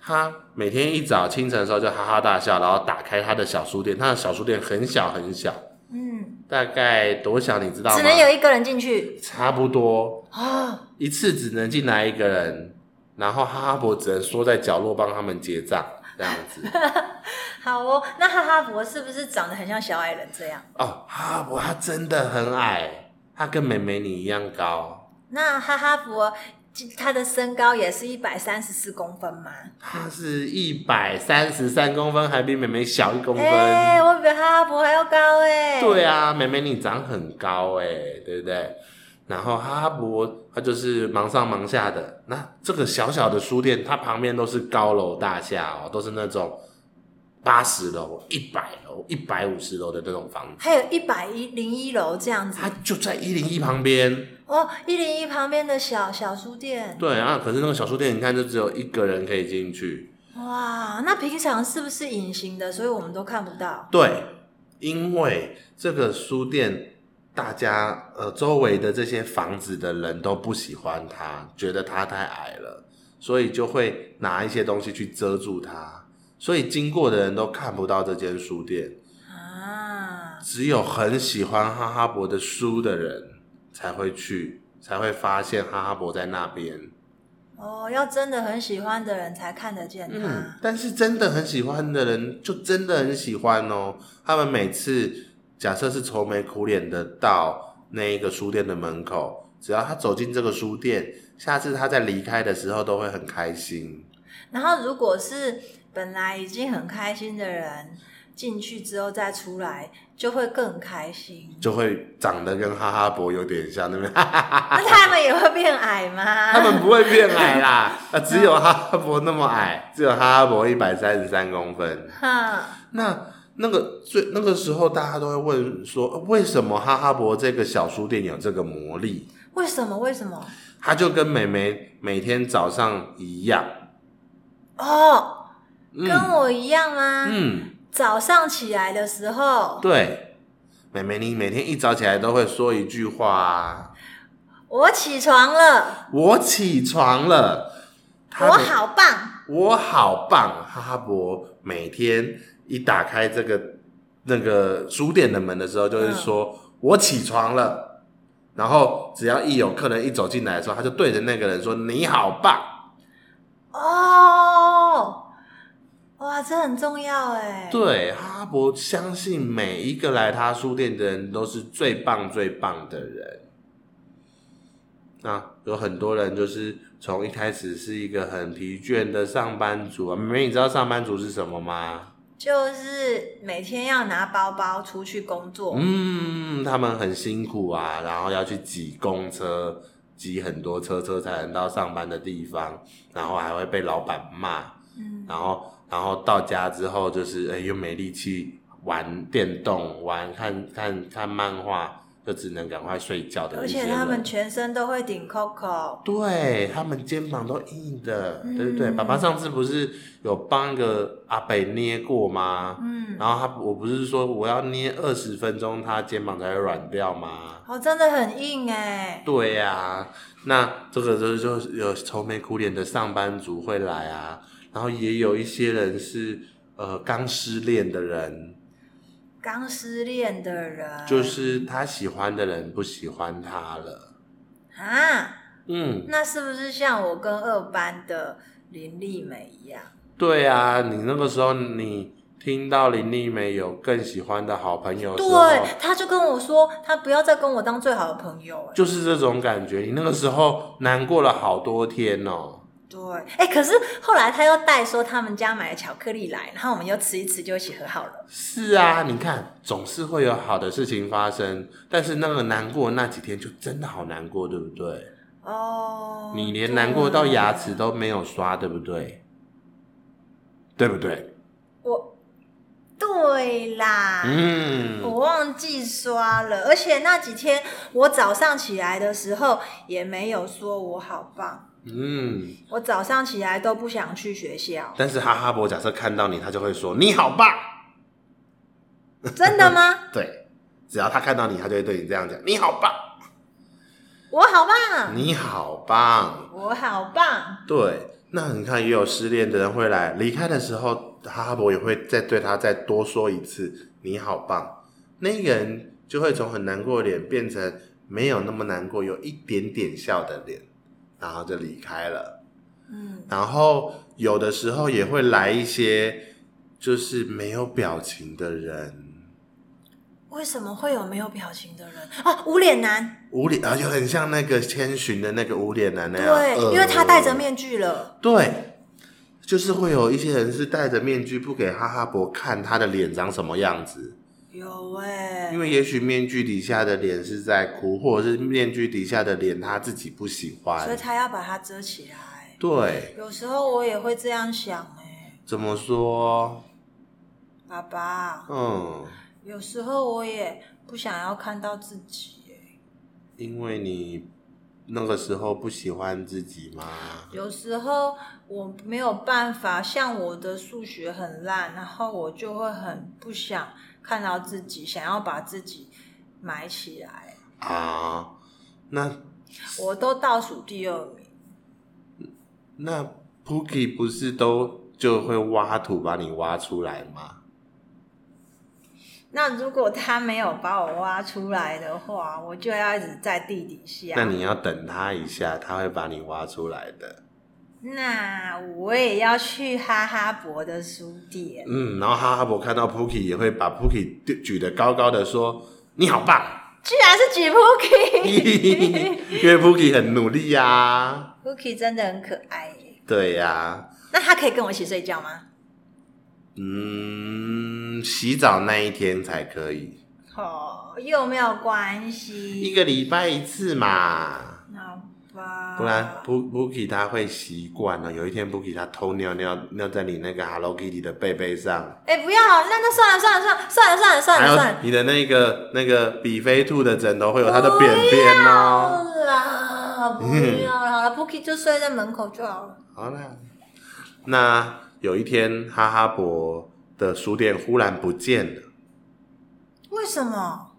Speaker 1: 他每天一早清晨的时候就哈哈大笑，然后打开他的小书店，他的小书店很小很小，
Speaker 2: 嗯，
Speaker 1: 大概多小你知道吗？
Speaker 2: 只能有一个人进去
Speaker 1: 差不多
Speaker 2: 啊，
Speaker 1: 一次只能进来一个人，然后哈哈伯只能缩在角落帮他们结账这样子。
Speaker 2: 好哦，那哈哈伯是不是长得很像小矮人这样？
Speaker 1: 哦，哈哈伯他真的很矮，他跟美美你一样高，
Speaker 2: 那哈哈伯他的身高也是一百三十四公分吗？
Speaker 1: 他是一百三十三公分，还比美美小一公分。
Speaker 2: 哎、我比哈哈伯还要高哎、
Speaker 1: 对啊，美美你长很高哎、对不对？然后哈勃它就是忙上忙下的，那这个小小的书店，它旁边都是高楼大厦哦，都是那种八十楼、一百楼、一百五十楼的那种房子，
Speaker 2: 还有一百一零一楼这样子
Speaker 1: 它就在一零一旁边。
Speaker 2: 哦，一零一旁边的小小书店，
Speaker 1: 对啊，可是那个小书店，你看就只有一个人可以进去。
Speaker 2: 哇，那平常是不是隐形的，所以我们都看不到？
Speaker 1: 对，因为这个书店，大家呃周围的这些房子的人都不喜欢它，觉得它太矮了，所以就会拿一些东西去遮住它，所以经过的人都看不到这间书店，
Speaker 2: 啊，
Speaker 1: 只有很喜欢哈哈伯的书的人才会去，才会发现哈哈伯在那边。
Speaker 2: 哦，要真的很喜欢的人才看得见它。
Speaker 1: 嗯，但是真的很喜欢的人，就真的很喜欢哦。他们每次假设是愁眉苦脸的到那一个书店的门口，只要他走进这个书店，下次他在离开的时候都会很开心。
Speaker 2: 然后如果是本来已经很开心的人进去之后再出来，就会更开心。
Speaker 1: 就会长得跟哈哈伯有点像，对不对？
Speaker 2: 那他们也会变矮吗？
Speaker 1: 啊他们不会变矮啦，啊，只有哈哈伯那么矮，只有哈哈伯一百三十三公分。
Speaker 2: 哈，
Speaker 1: 那那个最那个时候，大家都会问说，呃为什么哈哈伯这个小书店有这个魔力？
Speaker 2: 为什么？为什么？
Speaker 1: 他就跟美眉每天早上一样，
Speaker 2: 哦，
Speaker 1: 嗯
Speaker 2: 跟我一样吗？
Speaker 1: 嗯，
Speaker 2: 早上起来的时候，
Speaker 1: 对，美眉你每天一早起来都会说一句话、啊
Speaker 2: 我起床了，：“
Speaker 1: 我起床了。”她
Speaker 2: 我
Speaker 1: 每，
Speaker 2: 好棒，
Speaker 1: 我好棒！哈哈伯每天一打开这个那个书店的门的时候，就是说、我起床了。然后只要一有客人一走进来的时候，他就对着那个人说：“你好棒
Speaker 2: 哦，哇，这很重要！”哎。
Speaker 1: 对，哈哈伯相信每一个来他书店的人都是最棒最棒的人。那有很多人就是从一开始是一个很疲倦的上班族啊，妹妹，你知道上班族是什么吗？
Speaker 2: 就是每天要拿包包出去工作，
Speaker 1: 嗯，他们很辛苦啊，然后要去挤公车，挤很多车车才能到上班的地方，然后还会被老板骂，
Speaker 2: 嗯，
Speaker 1: 然后然后到家之后就是哎、又没力气玩电动，玩看看看漫画，就只能赶快睡觉的
Speaker 2: 而
Speaker 1: 一些
Speaker 2: 且
Speaker 1: 人。
Speaker 2: 他们全身都会顶 Coco，
Speaker 1: 对他们肩膀都硬的，
Speaker 2: 嗯
Speaker 1: 对不对？爸爸上次不是有帮一个阿北捏过吗？
Speaker 2: 嗯，
Speaker 1: 然后他，我不是说我要捏二十分钟，他肩膀才会软掉吗？
Speaker 2: 哦，真的很硬哎、
Speaker 1: 对呀、那这个就是就是有愁眉苦脸的上班族会来啊，然后也有一些人是呃刚失恋的人，
Speaker 2: 刚失恋的人
Speaker 1: 就是他喜欢的人不喜欢他了，
Speaker 2: 啊，
Speaker 1: 嗯，
Speaker 2: 那是不是像我跟二班的林丽美一样？
Speaker 1: 对啊，你那个时候你听到林丽美有更喜欢的好朋友的时候，
Speaker 2: 对，他就跟我说，他不要再跟我当最好的朋友哎、
Speaker 1: 就是这种感觉，你那个时候难过了好多天哦、
Speaker 2: 对，哎、可是后来他又带说他们家买了巧克力来，然后我们又吃一吃，就一起和好了。
Speaker 1: 是啊，你看，总是会有好的事情发生，但是那个难过那几天就真的好难过，对不对？
Speaker 2: 哦，
Speaker 1: 你连
Speaker 2: 对
Speaker 1: 难过到牙齿都没有刷，对不对？对不对？
Speaker 2: 我对啦，
Speaker 1: 嗯，
Speaker 2: 我忘记刷了，而且那几天我早上起来的时候也没有说我好棒，
Speaker 1: 嗯。
Speaker 2: 我早上起来都不想去学 校，
Speaker 1: 但是哈哈伯假设看到你，他就会说你好棒。
Speaker 2: 真的吗？
Speaker 1: 对，只要他看到你，他就会对你这样讲，你好棒，
Speaker 2: 我好棒，
Speaker 1: 你好棒。
Speaker 2: 我好棒，
Speaker 1: 对，那你看也有失恋的人会来，离开的时候，哈哈伯也会再对他再多说一次“你好棒”。那个人就会从很难过的脸变成没有那么难过，有一点点笑的脸，然后就离开了。
Speaker 2: 嗯，
Speaker 1: 然后有的时候也会来一些就是没有表情的人，
Speaker 2: 为什么会有没有表情的人啊？无脸男，
Speaker 1: 无脸，啊，就很像那个千寻的那个无脸男那样，
Speaker 2: 对，
Speaker 1: 呃
Speaker 2: 因为他戴着面具了。
Speaker 1: 对，就是会有一些人是戴着面具，不给哈哈伯看他的脸长什么样子，
Speaker 2: 有哎、
Speaker 1: 因为也许面具底下的脸是在哭，或者是面具底下的脸他自己不喜
Speaker 2: 所以
Speaker 1: 欢。
Speaker 2: 他要把它遮起来。
Speaker 1: 对，
Speaker 2: 有时候我也会这样想哎、
Speaker 1: 怎么说？
Speaker 2: 爸爸，
Speaker 1: 嗯，
Speaker 2: 有时候我也不想要看到自己哎、
Speaker 1: 因为你那个时候不喜欢自己吗？
Speaker 2: 有时候我没有办法，像我的数学很烂，然后我就会很不想看到自己，想要把自己埋起来。
Speaker 1: 啊，那
Speaker 2: 我都倒数第二名，
Speaker 1: 那 Pookie 不是都就会挖土把你挖出来吗？
Speaker 2: 那如果他没有把我挖出来的话，我就要一直在地底下。
Speaker 1: 那你要等他一下，他会把你挖出来的。
Speaker 2: 那我也要去哈哈伯的书店。
Speaker 1: 嗯，然后哈哈伯看到 Pookie 也会把 Pookie 丢举得高高的，说：“你好棒
Speaker 2: 居然是举！” Pookie，Pookie
Speaker 1: 因为 Pookie 很努力呀、
Speaker 2: 真的很可爱耶。
Speaker 1: 对呀、
Speaker 2: 那他可以跟我一起睡觉吗？
Speaker 1: 嗯，洗澡那一天才可以，
Speaker 2: 哦，又没有关系。
Speaker 1: 一个礼拜一次嘛，
Speaker 2: 好吧。
Speaker 1: 不然 Poo- Pookie 他会习惯了。有一天 Pookie 他偷尿尿尿在你那个 Hello Kitty 的背背上，
Speaker 2: 哎、不要，那那算了算了算了算了算
Speaker 1: 还
Speaker 2: 了
Speaker 1: 有
Speaker 2: 算了
Speaker 1: 你的那个那个比菲兔的枕头会有它
Speaker 2: 算了，
Speaker 1: 的便便哦。
Speaker 2: 不要啦，不要啦，好了，Pookie 就睡在门口就好了。
Speaker 1: 好啦，那有一天，哈哈伯的书店忽然不见了，
Speaker 2: 为什么？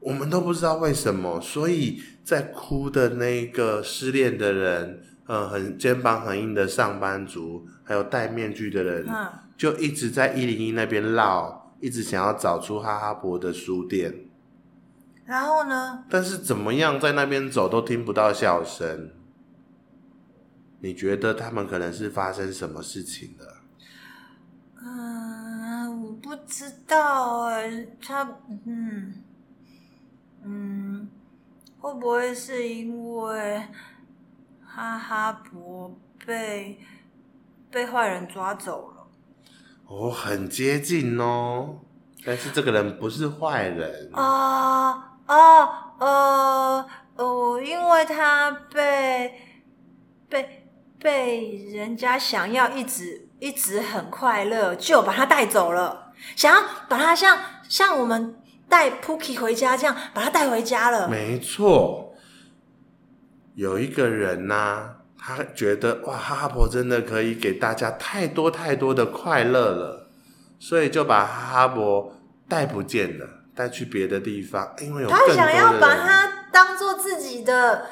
Speaker 1: 我们都不知道为什么，所以在哭的那个失恋的人，呃，很肩膀很硬的上班族，还有戴面具的人，
Speaker 2: 嗯，
Speaker 1: 就一直在一零一那边绕，一直想要找出哈哈伯的书店，
Speaker 2: 然后呢？
Speaker 1: 但是怎么样在那边走都听不到笑声。你觉得他们可能是发生什么事情了？
Speaker 2: 嗯，我不知道哎、他嗯嗯，会不会是因为哈哈伯被被坏人抓走了？
Speaker 1: 哦，很接近哦，但是这个人不是坏人，
Speaker 2: 啊哦呃哦，因为他被被被人家想要一直一直很快乐，就把他带走了，想要把他像像我们带 Pookie 回家这样把他带回家了。
Speaker 1: 没错。有一个人呐、他觉得哇，哈哈婆真的可以给大家太多太多的快乐了，所以就把哈哈婆带不见了，带去别的地方，因为有更
Speaker 2: 他
Speaker 1: 多的
Speaker 2: 想要把
Speaker 1: 人
Speaker 2: 他当做自己的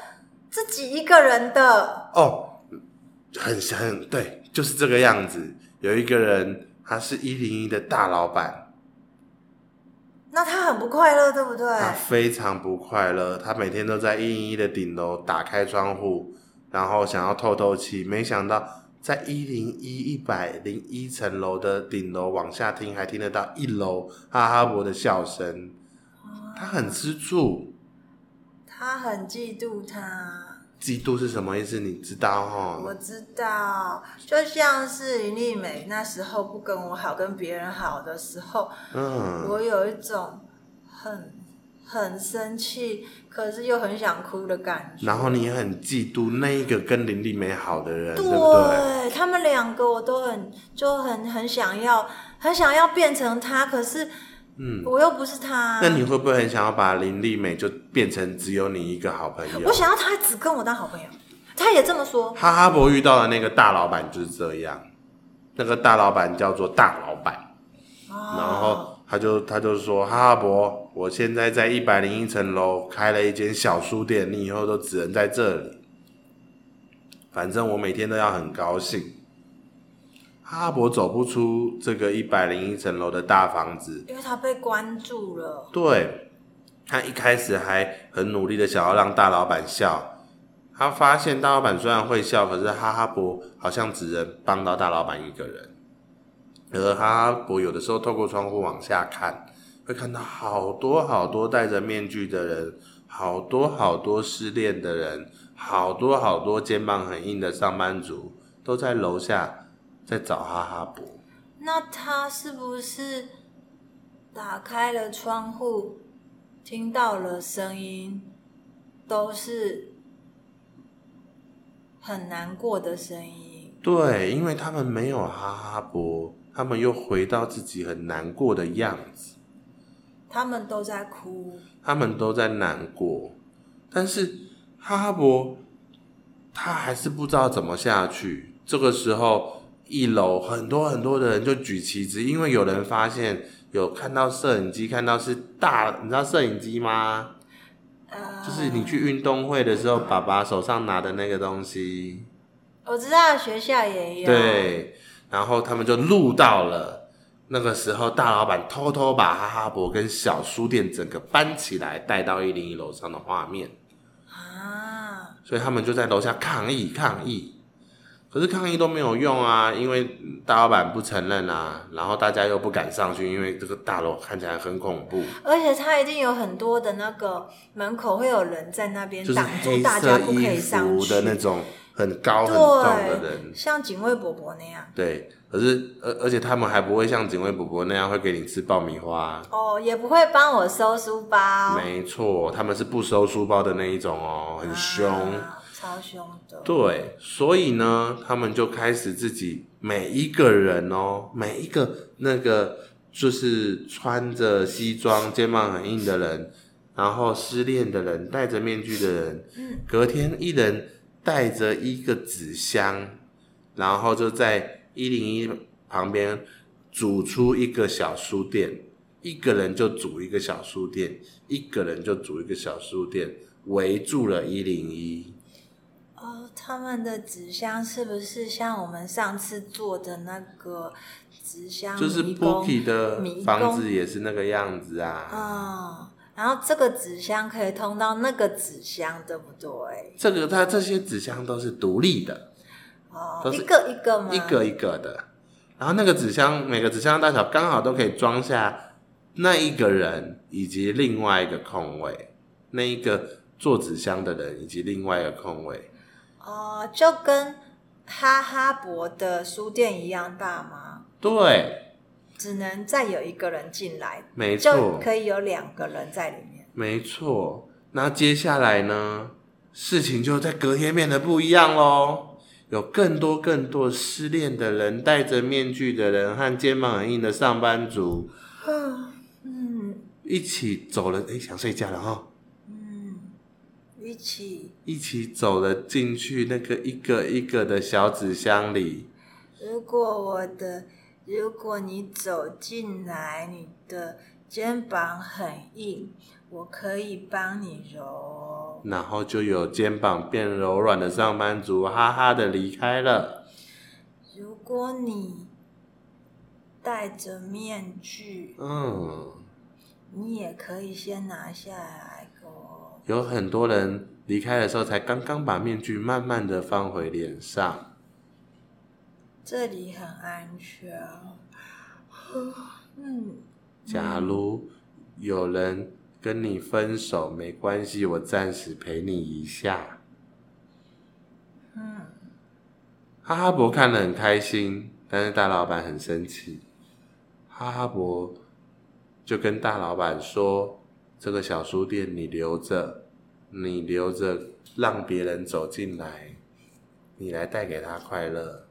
Speaker 2: 自己一个人的，
Speaker 1: 哦，很很对，就是这个样子。有一个人，他是一零一的大老板，
Speaker 2: 那他很不快乐，对不对？
Speaker 1: 他非常不快乐，他每天都在一零一的顶楼打开窗户，然后想要透透气，没想到在一零一一百零一层楼的顶楼往下听，还听得到一楼哈哈伯的笑声，他很吃醋。
Speaker 2: 他很嫉妒他。
Speaker 1: 嫉妒是什么意思？你知道
Speaker 2: 我
Speaker 1: 哈？
Speaker 2: 知道，就像是林丽美那时候不跟我好，跟别人好的时候，
Speaker 1: 嗯，
Speaker 2: 我有一种很很生气，可是又很想哭的感觉。
Speaker 1: 然后你也很嫉妒那一个跟林丽美好的人，对不对？
Speaker 2: 对啊他们两个，我都很就很很想要，很想要变成他，可是
Speaker 1: 嗯，
Speaker 2: 我又不是他。
Speaker 1: 那你会不会很想要把林丽美就变成只有你一个好朋友
Speaker 2: 我？想要他只跟我当好朋友，他也这么说。
Speaker 1: 哈哈伯遇到的那个大老板就是这样，那个大老板叫做大老板，
Speaker 2: 然
Speaker 1: 然
Speaker 2: 哦
Speaker 1: 后他就他就说哈哈伯，我现在在一百零一层楼开了一间小书店，你以后都只能在这里。反正我每天都要很高兴。哈哈伯走不出这个一百零一层楼的大房子，
Speaker 2: 因为他被关注了，
Speaker 1: 对，他一开始还很努力的想要让大老板笑，他发现大老板虽然会笑，可是哈哈伯好像只能帮到大老板一个人。而哈哈伯有的时候透过窗户往下看，会看到好多好多戴着面具的人，好多好多失恋的人，好多好多肩膀很硬的上班族，都在楼下在找哈哈伯。
Speaker 2: 那他是不是打开了窗户，听到了声音，都是很难过的声音？
Speaker 1: 对，因为他们没有哈哈伯，他们又回到自己很难过的样子，
Speaker 2: 他们都在哭，
Speaker 1: 他们都在难过。但是哈哈伯他还是不知道怎么下去。这个时候，一楼很多很多的人就举旗子，因为有人发现有看到摄影机，看到是大，你知道摄影机吗？
Speaker 2: 呃，
Speaker 1: 就是你去运动会的时候，爸爸手上拿的那个东西。
Speaker 2: 我知道学校也有，，
Speaker 1: 对，然后他们就录到了。那个时候，大老板偷偷把哈哈伯跟小书店整个搬起来，带到一零一楼上的画面，
Speaker 2: 啊，
Speaker 1: 所以他们就在楼下抗议抗议。可是抗议都没有用啊，因为大老板不承认啊，然后大家又不敢上去，因为这个大楼看起来很恐怖，
Speaker 2: 而且他一定有很多的那个门口会有人在那边
Speaker 1: 就是
Speaker 2: 挡住
Speaker 1: 黑
Speaker 2: 大家
Speaker 1: 色
Speaker 2: 不可以
Speaker 1: 衣
Speaker 2: 上
Speaker 1: 服
Speaker 2: 去
Speaker 1: 的那种很高很重的人
Speaker 2: 对，。像警卫伯伯那样。
Speaker 1: 对，可是呃而而且他们还不会像警卫伯伯那样会给你吃爆米花啊、
Speaker 2: 哦，也不会帮我收书包，
Speaker 1: 没错，他们是不收书包的那一种哦，很凶。
Speaker 2: 啊超凶的。
Speaker 1: 对，所以呢，他们就开始自己每一个人哦，每一个那个就是穿着西装、肩膀很硬的人，然后失恋的人、戴着面具的人，隔天一人带着一个纸箱，然后就在一零一旁边组出一个小书店，一个人就组一个小书店，一个人就组一个小书店，围住了一零一。
Speaker 2: 哦，他们的纸箱是不是像我们上次做的那个纸箱
Speaker 1: 就是
Speaker 2: 迷
Speaker 1: Bookie
Speaker 2: 宫？
Speaker 1: 的
Speaker 2: 迷宫
Speaker 1: 房子也是那个样子啊。
Speaker 2: 嗯，然后这个纸箱可以通到那个纸箱，对不对？
Speaker 1: 这个它这些纸箱都是独立的，
Speaker 2: 哦，
Speaker 1: 都是
Speaker 2: 一个一个吗？
Speaker 1: 一个一个的。然后那个纸箱，每个纸箱大小刚好都可以装下那一个人以及另外一个空位，那一个做纸箱的人以及另外一个空位。
Speaker 2: 哦，就跟哈哈伯的书店一样大吗？
Speaker 1: 对，
Speaker 2: 只能再有一个人进来，
Speaker 1: 没
Speaker 2: 就
Speaker 1: 错，
Speaker 2: 可以有两个人在里面。
Speaker 1: 没错。那接下来呢，事情就在隔天变得不一样喽。有更多更多失恋的人、戴着面具的人和肩膀很硬的上班族
Speaker 2: 嗯
Speaker 1: 一起走了，诶，想睡觉了哈，
Speaker 2: 嗯，一起。
Speaker 1: 一起走了进去那个一个一个的小纸箱里。
Speaker 2: 如果我的，如果你走进来，你的肩膀很硬，我可以帮你揉。
Speaker 1: 然后就有肩膀变柔软的上班族，哈哈的离开了。
Speaker 2: 如果你戴着面具，
Speaker 1: 嗯，
Speaker 2: 你也可以先拿下来给我。
Speaker 1: 有很多人离开的时候才刚刚把面具慢慢的放回脸上。
Speaker 2: 这里很安全。嗯，
Speaker 1: 假如有人跟你分手，没关系，我暂时陪你一下。
Speaker 2: 嗯，
Speaker 1: 哈哈伯看得很开心，但是大老板很生气。哈哈伯就跟大老板说：“这个小书店你留着，你留着让别人走进来，你来带给他快乐。”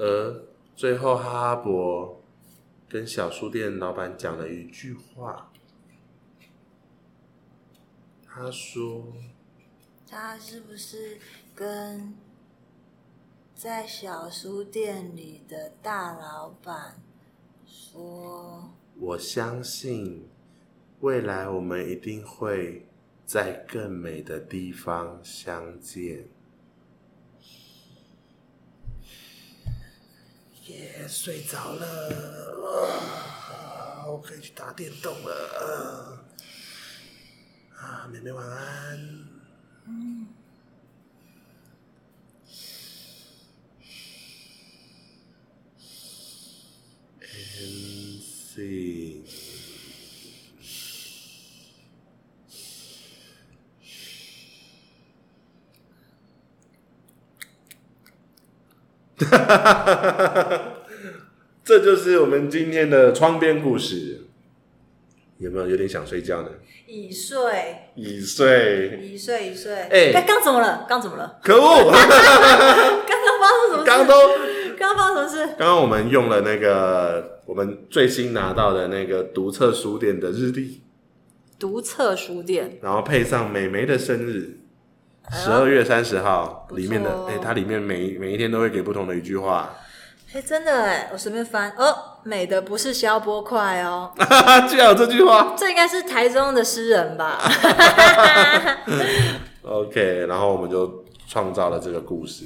Speaker 1: 而最后，哈哈伯跟小书店老板讲了一句话，他说。
Speaker 2: 他是不是跟在小书店里的大老板说？
Speaker 1: 我相信未来我们一定会在更美的地方相见。耶、睡着了，啊我可以去打电动了。啊，啊妹妹晚安。And see. 这就是我们今天的窗边故事。有没有有点想睡觉呢？
Speaker 2: 已睡，
Speaker 1: 已睡，
Speaker 2: 已睡，已睡。
Speaker 1: 哎
Speaker 2: 刚刚怎么了？刚怎么了？
Speaker 1: 可恶！
Speaker 2: 刚刚发生什么事？
Speaker 1: 刚都
Speaker 2: 刚刚发生什么事？
Speaker 1: 刚刚我们用了那个我们最新拿到的那个读册书店的日历，
Speaker 2: 读册书店，
Speaker 1: 然后配上美眉的生日，十二月三十号
Speaker 2: 哎不错
Speaker 1: 里面的，
Speaker 2: 哦
Speaker 1: 哎、它里面每每一天都会给不同的一句话，
Speaker 2: 哎，真的哎，我随便翻，哦，美的不是消波块哦，
Speaker 1: 居然有这句话。
Speaker 2: 这应该是台中的诗人吧？
Speaker 1: OK，然后我们就创造了这个故事，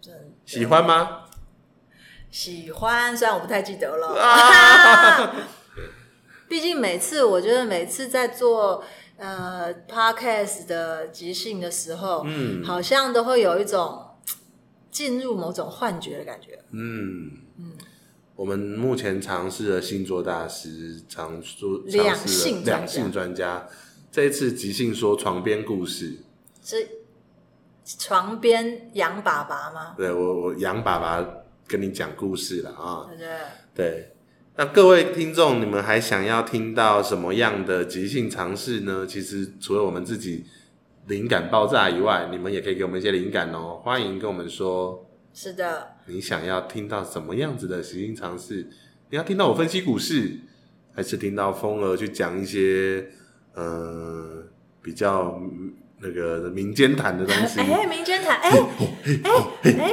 Speaker 2: 真的
Speaker 1: 喜欢吗？
Speaker 2: 喜欢，虽然我不太记得了。
Speaker 1: 啊
Speaker 2: 毕竟每次，我觉得每次在做呃 podcast 的即兴的时候，
Speaker 1: 嗯
Speaker 2: 好像都会有一种嘖进入某种幻觉的感觉。
Speaker 1: 嗯，我们目前尝试了星座大师，尝试
Speaker 2: 两
Speaker 1: 尝试了两
Speaker 2: 性专家
Speaker 1: 性专家，这一次即兴说床边故事。
Speaker 2: 是床边羊粑粑吗？
Speaker 1: 对我，我杨爸爸跟你讲故事了啊。
Speaker 2: 对不对？
Speaker 1: 对，那各位听众，你们还想要听到什么样的即兴尝试呢？其实除了我们自己灵感爆炸以外，你们也可以给我们一些灵感哦。欢迎跟我们说
Speaker 2: 是的，
Speaker 1: 你想要听到什么样子的即兴尝试？你要听到我分析股市，还是听到风儿去讲一些呃比较嗯那个民间谈的东 西？
Speaker 2: 哎，民间谈，哎哎哎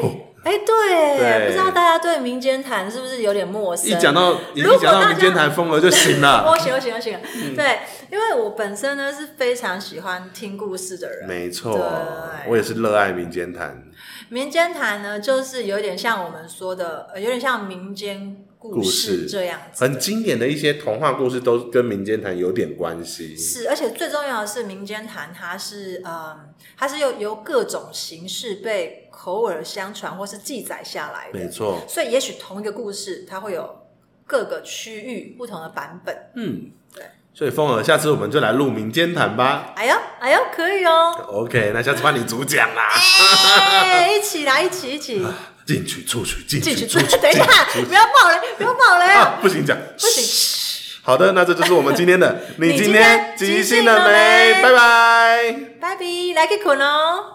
Speaker 2: 哎，对耶，
Speaker 1: 对
Speaker 2: 不知道大家对民间谈是不是有点陌生？
Speaker 1: 一讲到一
Speaker 2: 如果
Speaker 1: 讲到
Speaker 2: 大
Speaker 1: 民间
Speaker 2: 家
Speaker 1: 谈，风儿就醒 了。
Speaker 2: 我行，我行，我行。
Speaker 1: 嗯
Speaker 2: 对，因为我本身呢是非常喜欢听故事的人。
Speaker 1: 没错
Speaker 2: 对，
Speaker 1: 我也是热爱民间谈
Speaker 2: 民间谈呢，就是有点像我们说的，呃有点像民间故
Speaker 1: 故事
Speaker 2: 事这样子。
Speaker 1: 很经典的一些童话故事都跟民间谈有点关系。
Speaker 2: 是，而且最重要的是，民间谈它是，嗯，它是由由各种形式被口耳相传或是记载下来
Speaker 1: 没
Speaker 2: 的，
Speaker 1: 错，
Speaker 2: 所以也许同一个故事，它会有各个区域不同的版本。
Speaker 1: 嗯，
Speaker 2: 对。
Speaker 1: 所以风儿，下次我们就来录民间谈吧。！
Speaker 2: 哎呀，哎呀，可以哦
Speaker 1: OK，那下 次换你主讲啦。
Speaker 2: 哎，一起来，一起，一起。
Speaker 1: 进去出去，进
Speaker 2: 进
Speaker 1: 去
Speaker 2: 去
Speaker 1: 出
Speaker 2: 追，
Speaker 1: 去。
Speaker 2: 等一下，不要爆雷，不要爆雷啊！
Speaker 1: 啊，不行讲，
Speaker 2: 不行，
Speaker 1: 好的，那这就是我们今天 的。你
Speaker 2: 今
Speaker 1: 今天
Speaker 2: 天
Speaker 1: 即
Speaker 2: 即
Speaker 1: 兴
Speaker 2: 兴
Speaker 1: 了
Speaker 2: 了
Speaker 1: 没？
Speaker 2: 没
Speaker 1: 拜拜。
Speaker 2: 拜比，来去困哦。